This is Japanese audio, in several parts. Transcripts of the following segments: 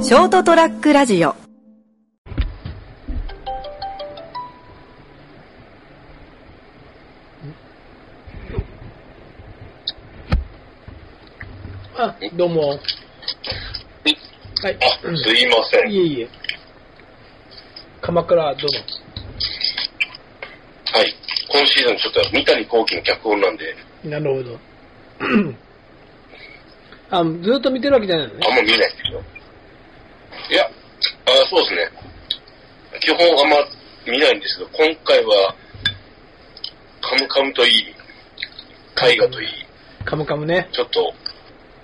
ショートトラックラジオあ、どうも。はい。あ、すいません。いえいえ。鎌倉殿。はい。今シーズンちょっと三谷幸喜の脚本なんで、なるほど。あ、ずっと見てるわけじゃないのね。あんま見ないんですよ。いや、あそうですね。基本あんま見ないんですけど、今回は、カムカムといい、絵画といい、カムカムね。ちょっと、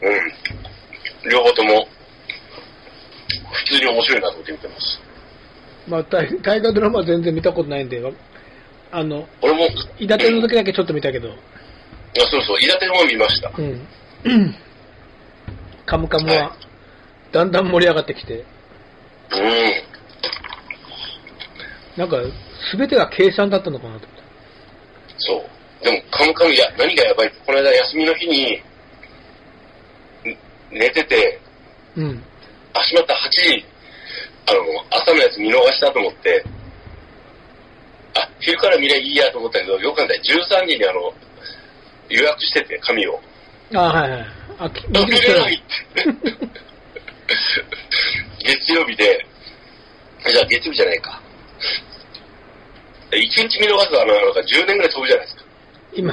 うん、両方とも、普通に面白いなと思って見てます。まあ、大大河ドラマは全然見たことないんで、わあの、俺も、伊達のうん時だけちょっと見たけど、あそうそう、伊達も見ました。うん。 カムカムはは、だんだん盛り上がってきて、うん。なんか、すべてが計算だったのかなと思っそう。でも、カムカムや、何がやばいって、この間休みの日に、ん寝てて、た。うん。あ、しまった、8時、あの、朝のやつ見逃したと思って、あ、昼から見りゃいいやと思ったけど、よく考えたら13時にあの、予約してて、紙を。あ、はいはい。あ、き見土てきて曜な日い。 月曜日で、じゃあ月曜日じゃないか。1日見逃すと、あの、なんか10年ぐらい飛ぶじゃないですか。今、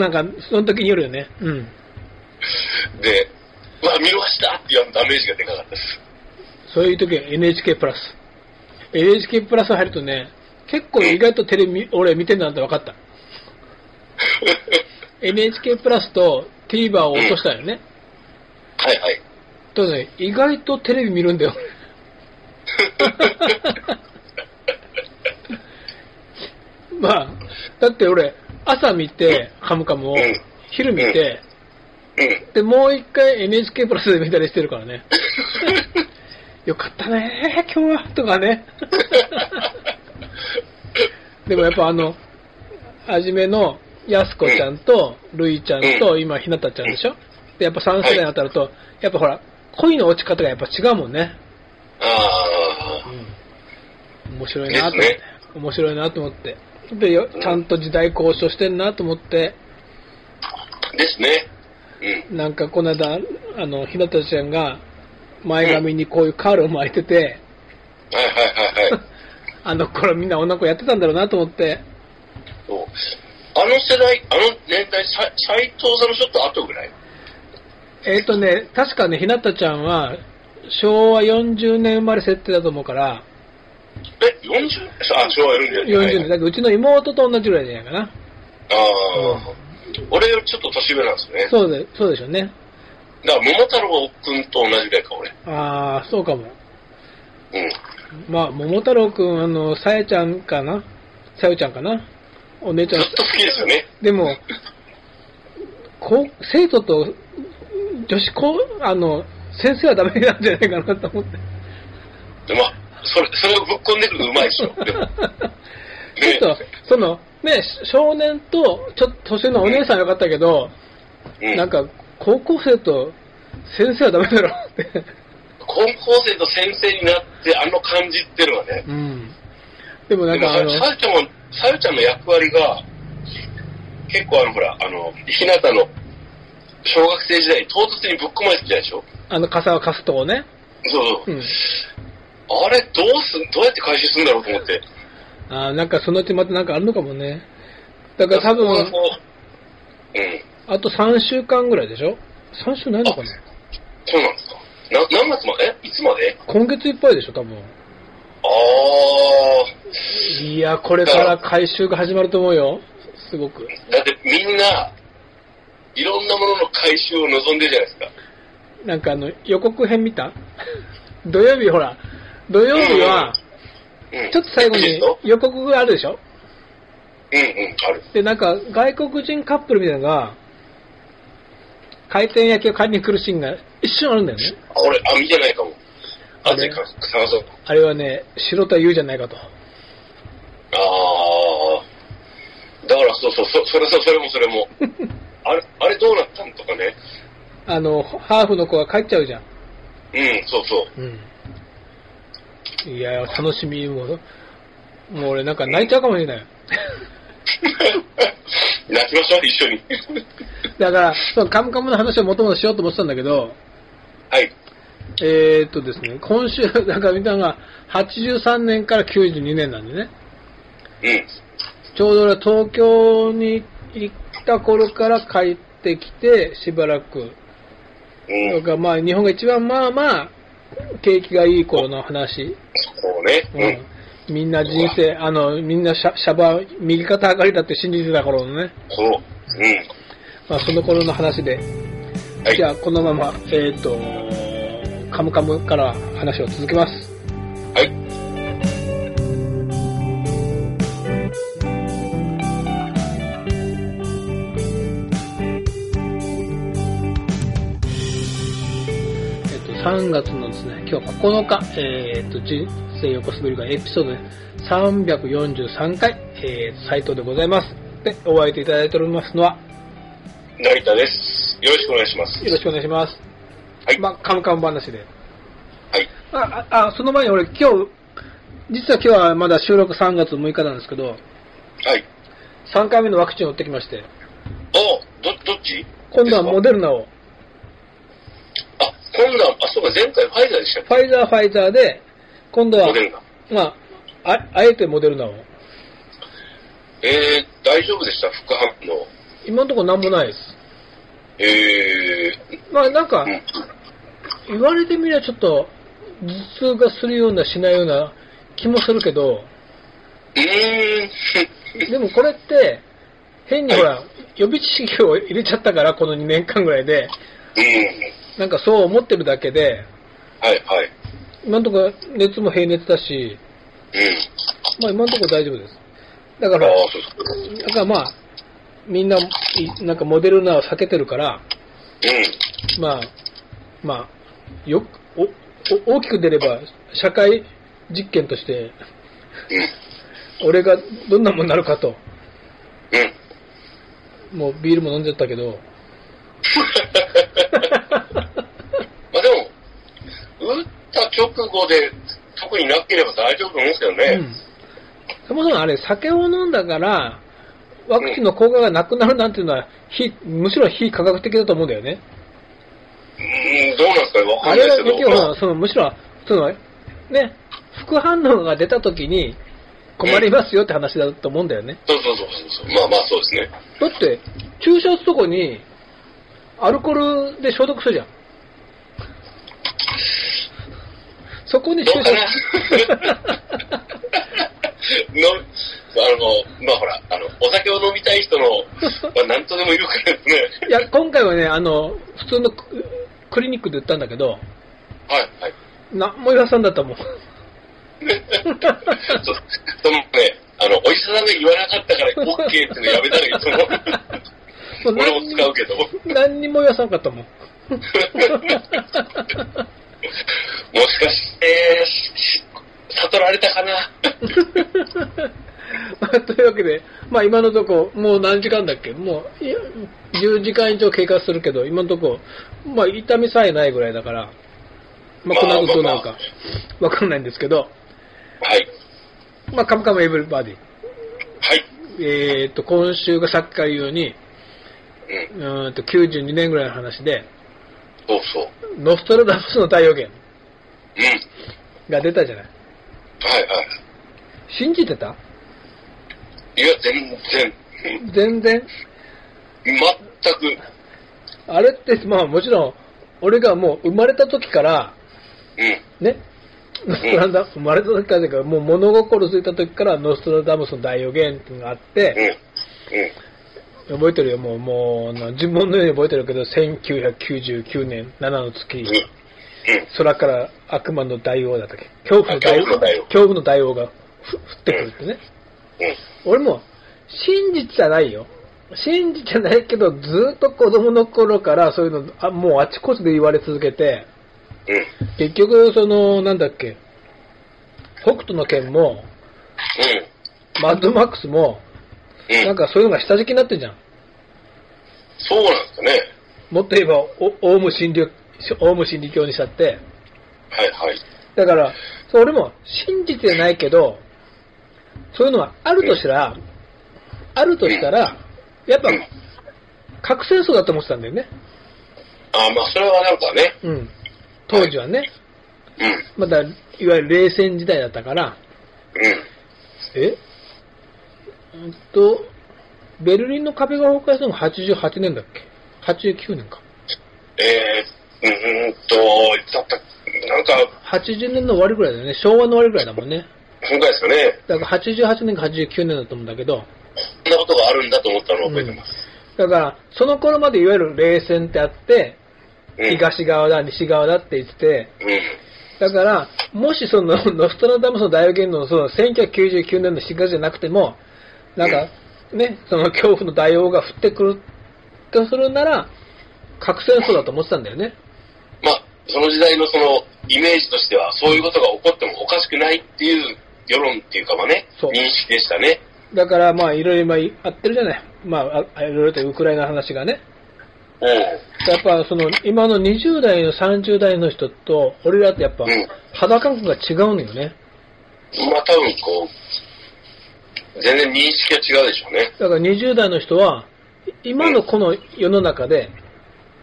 なんか、その時によるよね。うん。で、うわ、見逃したっていうダメージがでかかったです。そういう時は NHK プラス。NHK プラス入るとね、結構意外とテレビ、俺見てんだなって分かった。NHK プラスと TVer を落としたよね。 はいはい。とね、意外とテレビ見るんだよ。 まあ、だって俺、朝見て、カムカムをうん、昼見て、 うん。で、もう一回 NHK プラスで見たりしてるからね。よかったね、今日は、とかね。でもやっぱあの、はじめの、やすこちゃんと、るいちゃんと、今、ひなたちゃんでしょで、やっぱ3世代になたると、やっぱほら、恋の落ち方がやっぱ違うもんね。ああ、うん。面白いなと思っでてすね。面白いなと思って。でよ、ちゃんと時代交渉してんなと思って、ですね。うん。なんかこの間、あの、ひなたちゃんが、前髪にこういうカールを巻いてて、はいはい はいはい。あの頃みんな女の子やってたんだろうなと思って、そうあの世代、あの年代、さ斎藤さんのちょっと後ぐらい。えっ、とね、確かね、ひなたちゃんは、昭和40年生まれ設定だと思うから、え、40? あ、昭和40 40年、だ代。からうちの妹と同じぐらいじゃないかな。ああ、俺よりちょっと年上なんですね。そうで、そうでしょうね。だから、桃太郎くんと同じぐらいか、俺。ああ、そうかも。うん。まあ、桃太郎くん、あの、さえちゃんかなさよちゃんかなお姉ちゃんずっ、と好きですよね。でも、こう生徒と女子校、あの、先生はダメなんじゃないかなと思って。でまあ、それ、それをぶっこんでくるのうまい でしょ。でもちょっと、その、ね、少年と、ちょっと年上のお姉さんはよかったけど、うんなんか、高校生と先生はダメだろうって。高校生と先生になって、あの感じってのはね、うん。でもなでんもか、あさの、さゆちゃんも、さゆちゃんの役割が、結構あの、ほら、あの、ひなたの小学生時代に唐突にぶっ込まれてたでしょあの、傘を貸すとこね。そうそうう。ん。あれ、どうすん、どうやって回収するんだろうと思って。あーなんか、そのうちまたなんかあるのかもね。だから多分そ、こがこううん。あと3週間ぐらいでしょ ?3 週ないのかなそうなんですか。な、何月までえいつまで今月いっぱいでしょ多分。あいや、これから回収が始まると思うよ。すごく。ー。だってみんな、いろんなものの回収を望んでるじゃないですか。なんかあの、予告編見 た土曜日ほら、土曜日は、うん。ちょっと最後いいでにすよ予告があるでしょうんうん、ある。で、なんか外国人カップルみたいなのが、回転焼きを買いに来るシーンが一瞬あるんだよね。あ俺、あ、見てないかも。ああれでか探そう。あれはね、白田優じゃないかと。ああ。だから、そうそう、そそれそう、それもそ れも。あれ、あれどうなったんとかね。あの、ハーフの子が帰っちゃうじゃん。うん、そうそう。う ん。いや、楽しみ、もう、もう俺なんか泣いちゃうかもしれない。泣きましょう、一緒に。 だから、そのカムカムの話をもともとしようと思ってたんだけど、はい。えー、っとですね、今週、なんか見たのが、83年から92年なんでね、うん。ちょうど俺は東京に行った頃から帰ってきて、しばらく。うだん。からまあ、日本が一番まあまあ、景気がいい頃の話。そうね。ううんん。。みんな人生、あの、みんなシャシャバ、右肩上がりだって信じてた頃のね、そう。うん。まあその頃の話で、はい。じゃはあこのまま、えっ、と、カムカムから話を続けます。い。えっと、3月のですね、今日9日、えっと、人生横滑りがエピソード343回、えー、斉藤でございます。で、お相手いただいておりますのは、成田です。よろしくお願いします。よろしくお願いします。はいまあ、カムカム話で。はい。あ、あ、あその前に俺今日、実は今日はまだ収録3月6日なんですけど、はい。 3回目のワクチンを打ってきまして、おど、どっち今度はモデデルナを、あ、今度は、あ、そうか、前回ファイザーでしたっファイザーファイザーで、今度けはモデ、ルナ。まあ、ああえてモデルナを。えー、大丈夫でした副反応。今のところなんもないです。えまあなんかー、う、ん。言われてみればちょっと、頭痛がするようなしないような気もするけど、うーん。 でもこれって、変にほら、予備知識を入れちゃったから、この2年間ぐらいで、うん。なんかそう思ってるだけで、はい、はい。今のところ熱も平熱だし、うん。まあ今のところ大丈夫です。だかあら、あ、そうそう。だからまあ、みんな、いなんかモデルナを避けてるから、うまあ、まあ、よく、お、お大きく出れば、社会実験として、ん。うん。俺がどんなものになるかと、うん。 もうビールも飲んじゃったけど、まあでも、打った直後で特になければ大丈夫と思うんですけどね。うん、そもそもあれ、酒を飲んだから、ワクチンの効果がなくなるなんていうのは、非むしろ非科学的だと思うんだよね。うん、どうなんですかね、わかあんれないでがですけど。きるのはそのむしろ、その、ね、副反応が出た時に困りますよって話だと思うんだよね。そうそうそうそう。まあまあそうですね。だって、注射打つとこに、アルコールで消毒するじゃん。そこ に注どうかな 射。のあの、まあほら、あの、お酒を飲みたい人の、まあなんとでもいるからですね。いや、今回はね、あの、普通のククリニックで売ったんだけど、はい、はい。 なんも言わさんだったもん。そそのね、あの、お医者さんが言わなかったから OK っていうのやめたらいいと思う。俺も使うけど。 ど。何にも言わさんか ったもん。もしかして、し悟られたかなというわけで、まあ今のとこ、もう何時間だっけもう、いや10時間以上経過するけど、今のとこ、まあ痛みさえないぐらいだから、まあこの後どうなるまあかま、わかんないんですけど、はい。まあカムカムエブリバディ。はい。えーっと、今週がさっきから言うように、うん。うーんと92年ぐらいの話で、そうそう。ノストラダムスの太陽源うん。が出たじゃない。はいはい。信じてたいや、全然。全然。全く。あれって、まあもちろん、俺がもう生まれた時から、うん。ね、ノストラダムス、生まれた時からというか、もう物心ついた時からノストラダムスの大予言っていうのがあっうん。て、うん。覚えてるよ、もう、もう、あの自分のように覚えてるけど、1999年、7の月う、ん。うん。空から悪魔の大王だったっけ恐怖のあ恐怖の大大王王、恐怖の大王がふ降ってくるってね。うん。俺も、信じちゃないよ。信じちゃないけど、ずっと子供の頃からそういうの、あもうあちこちで言われ続けて、うん。結局、その、なんだっけ、北斗の拳も、マッドマックスも、うん。なうんん。かそういうのが下敷きになってんじゃん。そうなんですかね。もっと言えば、おオウム真理、オウム真理教にしちゃって、はいはい。だから、そう俺も信じてないけど、そういうのはあるとしたら、あるとしたら、やっぱうん。核戦争だと思ってたんだよね。ああ、まあ、それはなんかね、うん。当時はね。うん、まだ、いわゆる冷戦時代だったから、うん。えうんと、ベルリンの壁が崩壊したのが88年だっけ ?89 年か。えー、うーんと、いつだったなんか、 80年の終わりぐらいだよね。昭和の終わりぐらいだもんね。今回ですかね、だから88年か89年だと思うんだけど、こんなことがあるんだと思ったのを覚えてます。だから、その頃までいわゆる冷戦ってあって、うん。東側だ、西側だって言ってて、うん。だから、もしその ノストラダムスの大予言のその1999年の4月じゃなくても、なんかね、その恐怖の大王が降ってくるとするなら、核戦争だと思ってたんだよね。まあ、その時代のそのイメージとしては、そういうことが起こってもおかしくないっていう世論っていうかまあね、そう認識でしたね。だから、まあ、いろいろ今あってるじゃない。まああ、あいろいろとウクライナの話がね。うん。やっぱ、その、今の20代の30代の人と、俺らってやっぱうん、肌感覚が違うのよね。まあ、多分こう、全然認識が違うでしょうね。だから20代の人は、今のこの世の中で、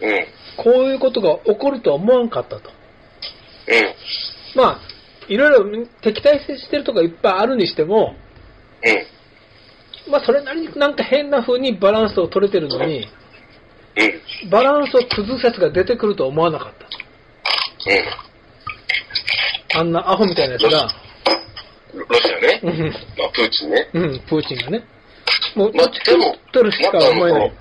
うん。こういうことが起こるとは思わんかったと。うん。まあ、いろいろ敵対してるとかいっぱいあるにしても、うん。まあそれなりになんか変な風にバランスを取れてるのに、うん。うん。バランスを崩すやつが出てくるとは思わなかった。あんなアホみたいなやつが、ロロシアね。うん、まあ、プーチンね。うん、プーチンがね。もう、まあ、でも、取るしか思えない。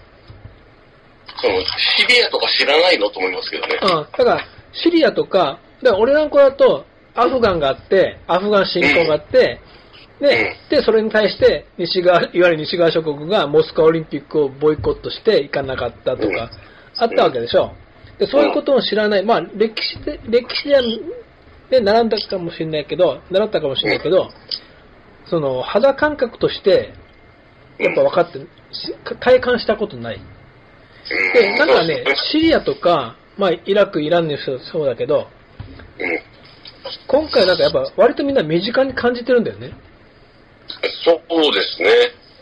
その、シビアとか知らないのと思いますけどね。うん、だから、シリアとか、だから俺なんかだと、アフガンがあって、アフガン侵攻があって、ね、で、それに対して、西側、いわゆる西側諸国がモスクワオリンピックをボイコットして行かなかったとうんか、あったわけでしょ。で、そういうことを知らない、まあ、歴史で、歴史では、で、習ったかもしれないけど、習ったかもしれないけど、その、肌感覚として、やっぱ分かって、し体感したことない。うんで、なんかねそう、シリアとか、まあ、イラク、イランの人そうだけど、そううん。今回なんかやっぱ割とみんな身近に感じてるんだよね。そうですね。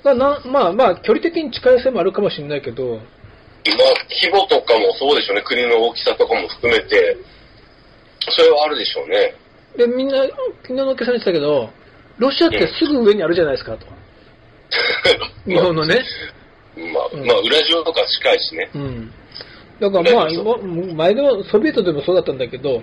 だなまあまあ、距離的に近いせもあるかもしれないけど、まあ、規模とかもそうでしょうね。国の大きさとかも含めて、それはあるでしょうね。で、みんな、昨日のお客さんに言ってたけど、ロシアってすぐ上にあるじゃないですかと。日 本のね。まあ、まあ、裏ジオとか近いしね。うん。だからまあ、ね今前でも、ソビエトでもそうだったんだけど、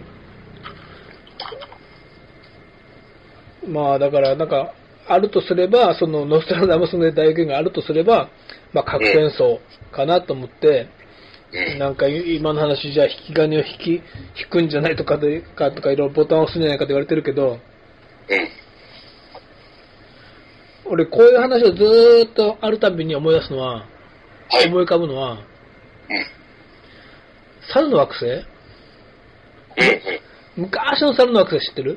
まあだから、なんか、あるとすれば、そのノストラダムスの大予言があるとすれば、まあ核戦争かなと思って、うん。なんか今の話じゃ引き金を引き、引くんじゃないとかで、かとかいろいろボタンを押すんじゃないかと言われてるけど、うん。俺こういう話をずーっとあるたびに思い出すのは、はい。うん。思い浮かぶのは、猿の惑星う昔の猿の惑星知ってるん。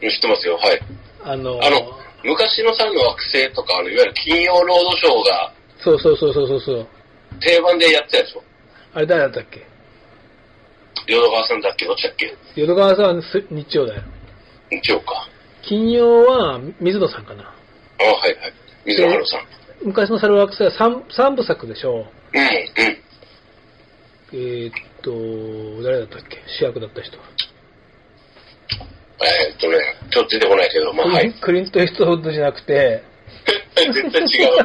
知ってますよ。はい。あの、あの、昔の猿の惑星とか、あの、いわゆる金曜ロードショーがそうそうそうそうそうそう。定番でやってたでしょ。あれ誰だったっけ淀川さんだっけどっちだっけ淀川さんはす日曜だよ。日曜か。金曜は水野さんかな。あはいはい。水野春さん。昔の猿惑星は 3, 三部作でしょ。うん、うん。えー、っと、誰だったっけ主役だった人。えーっとね、ちょっと出てこないけど、まあ、はい。 クリント・イーストウッドじゃなくて、 絶対違うな。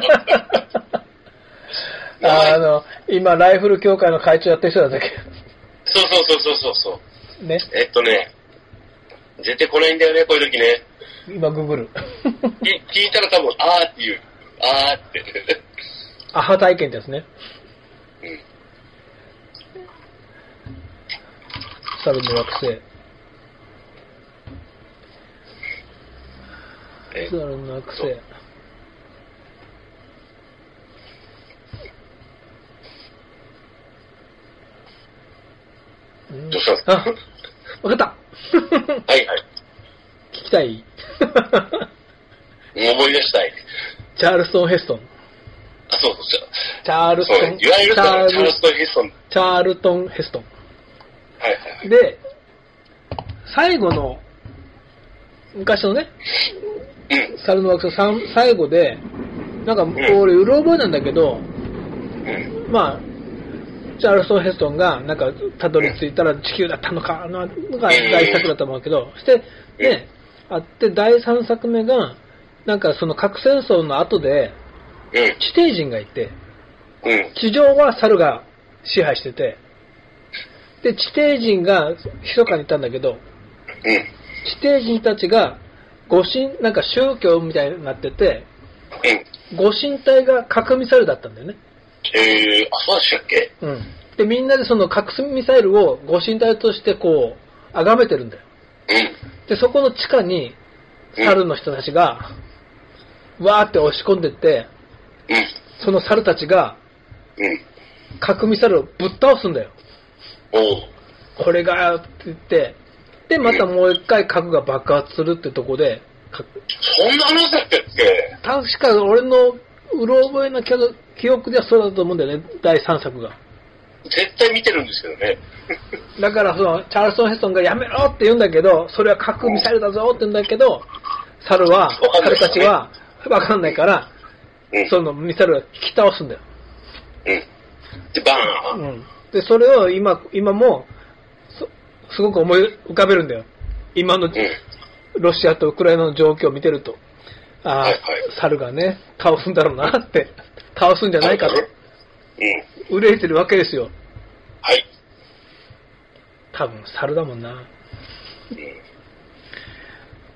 ああの、今、ライフル協会の会長やってる人だったっそうそうそうそうそうそう。けね。えっとね、出てこないんだよね、こういう時ね。今、グーグ ル。き聞いたら多分、あーっていう。あーって。アハ体験ですね。うん。猿の惑星。え 猿の惑星。うんどうしたんですかあ、わかった はいはい。聞きたい もう思い出したい。チャールストン・ヘストン。あ、そうそうそう。チャールスそうトねン。。いわゆチるチャャーールルストン・ヒストン。チャールトン・ヘストン。はいはいはい。で、最後の昔のね、うん。猿の惑星さん最後で、なんか、俺、うろ覚えなんだけど、うん。まあ、チャールストン・ヘストンが、なんか、たどり着いたら地球だったのか、あの、が第一作だったと思うけど、そして、ね、あって、第三作目が、なんか、その核戦争の後で、うん。地底人がいて、うん。地上は猿が支配してて、で、地底人が密かにいたんだけど、うん。地底人たちが、護身、なんか宗教みたいになってて、うん。護身隊が核ミサイルだったんだよね。えー、あ、そうでしたっけうん。で、みんなでその核ミサイルを護身隊としてこう、崇めてるんだよ。うん。で、そこの地下に、猿の人たちが、わーって押し込んでって、うん。その猿たちがうん。核ミサイルをぶっ倒すんだよ。おう。これが、って言って、で、またもう一回核が爆発するってとこで、かそんな話だったっけ確か俺のうろ覚えの記憶記憶ではそうだと思うんだよね、第3作が。絶対見てるんですけどね。だからそのチャールソン・ヘストンがやめろって言うんだけど、それは核ミサイルだぞって言うんだけど、猿はわか、んな猿いたちはわかんないから、うん。そのミサイルを引き倒すんだよ。うん。で、バうーン。ん。で、それを今、今も、そすごく思い浮かべるんだよ。今のうん。ロシアとウクライナの状況を見てると。ああ、はいはい猿がね、倒すんだろうなって、倒すんじゃないかと、うん。憂いてるわけですよ。はい。多分猿だもんな。うん。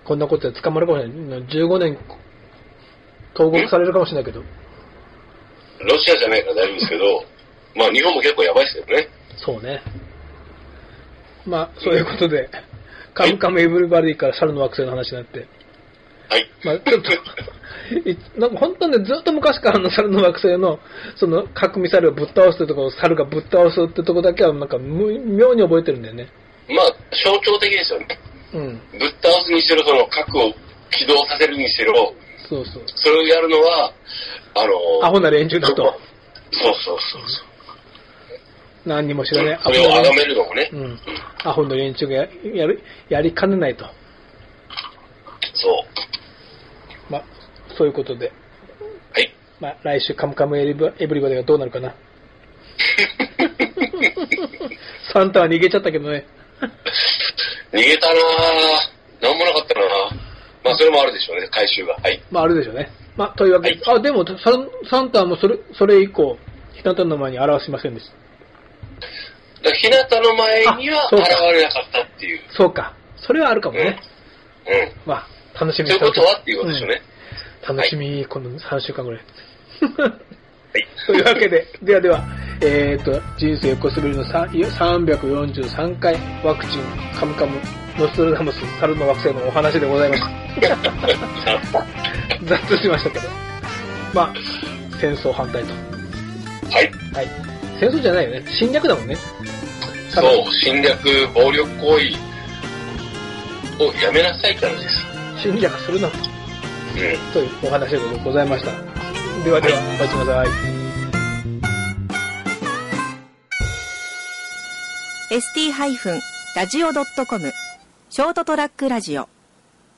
こんなことで捕まるかもしれない。15年、投獄されるかもしれないけど。ロシアじゃないから大丈夫ですけど、まあ日本も結構やばいですけどね。そうね。まあ、そういうことで、カムカムエブリバディから猿の惑星の話になって。はい。まあ、ちょっと、 いなんか本当ね、ずっと昔からの猿の惑星の、その核ミサイルをぶっ倒すってところ、猿がぶっ倒すってとこだけは、なんかむ妙に覚えてるんだよね。まあ、象徴的ですよね。うん。ぶっ倒すにしろ、その核を起動させるにしろ、そうそう。それをやるのは、あの、アホな連中だと。そうそうそうそう。何にも知そらなれい。アホをな崇連めるのもね、うん。アホの連中がややる、やりかねないと。そう。まあ、そういうことで。はい。 まあ、来週、カムカムエリブエブリバディがどうなるかな。サンタは逃げちゃったけどね。逃げたなぁ。なんもなかったなぁ。まあ、それもあるでしょうね、回収が。はい。まあ、あるでしょうね。まあ、というわけで、あ、でも、サンサンタはもうそれ、それ以降、ひなたの前に表しませんでした。だ日向の前にはあそう現かれなかったっていう。そうか。それはあるかもね。うまあ、楽しみん。にといしうておいてことはっていうことでしょうね。うん楽しみ、この3週間ぐらい。はい。というわけで、 ではでは、えっ、と、人生横滑りのさん343回、ワクチン、カムカム、ノストラダムス、猿の惑星のお話でございました。雑しましたけど。まあ、戦争反対と。はい。はい。戦争じゃないよね。侵略だもんね。そう、侵略、暴力行為をやめなさいって話です。侵略するなうん。というお話でございました。ではでは、お待ちください。 ST-radio.com ショートトラックラジオ